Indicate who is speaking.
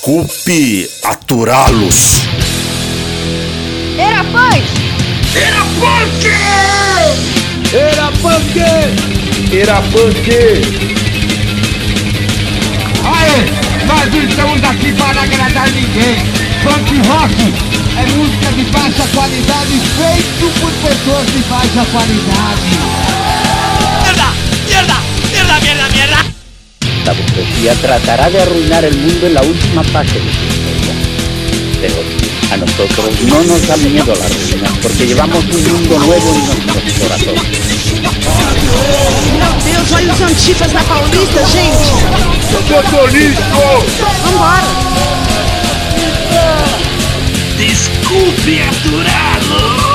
Speaker 1: Desculpe aturá-los.
Speaker 2: Era punk!
Speaker 3: Era punk!
Speaker 4: Era punk!
Speaker 5: Era punk!
Speaker 3: Aê, nós não estamos aqui para agradar ninguém. Punk rock é música de baixa qualidade feito por pessoas de baixa qualidade.
Speaker 6: Merda, mierda, mierda, mierda, mierda.
Speaker 7: La burguesía tratará de arruinar el mundo en la última fase de su historia. Pero a nosotros no nos da miedo la ruina, porque llevamos un mundo nuevo en nuestros corazones.
Speaker 2: Meu Deus, olha os antifas na Paulista, gente!
Speaker 5: Eu sou político!
Speaker 2: Vambora!
Speaker 6: Desculpe aturá-lo!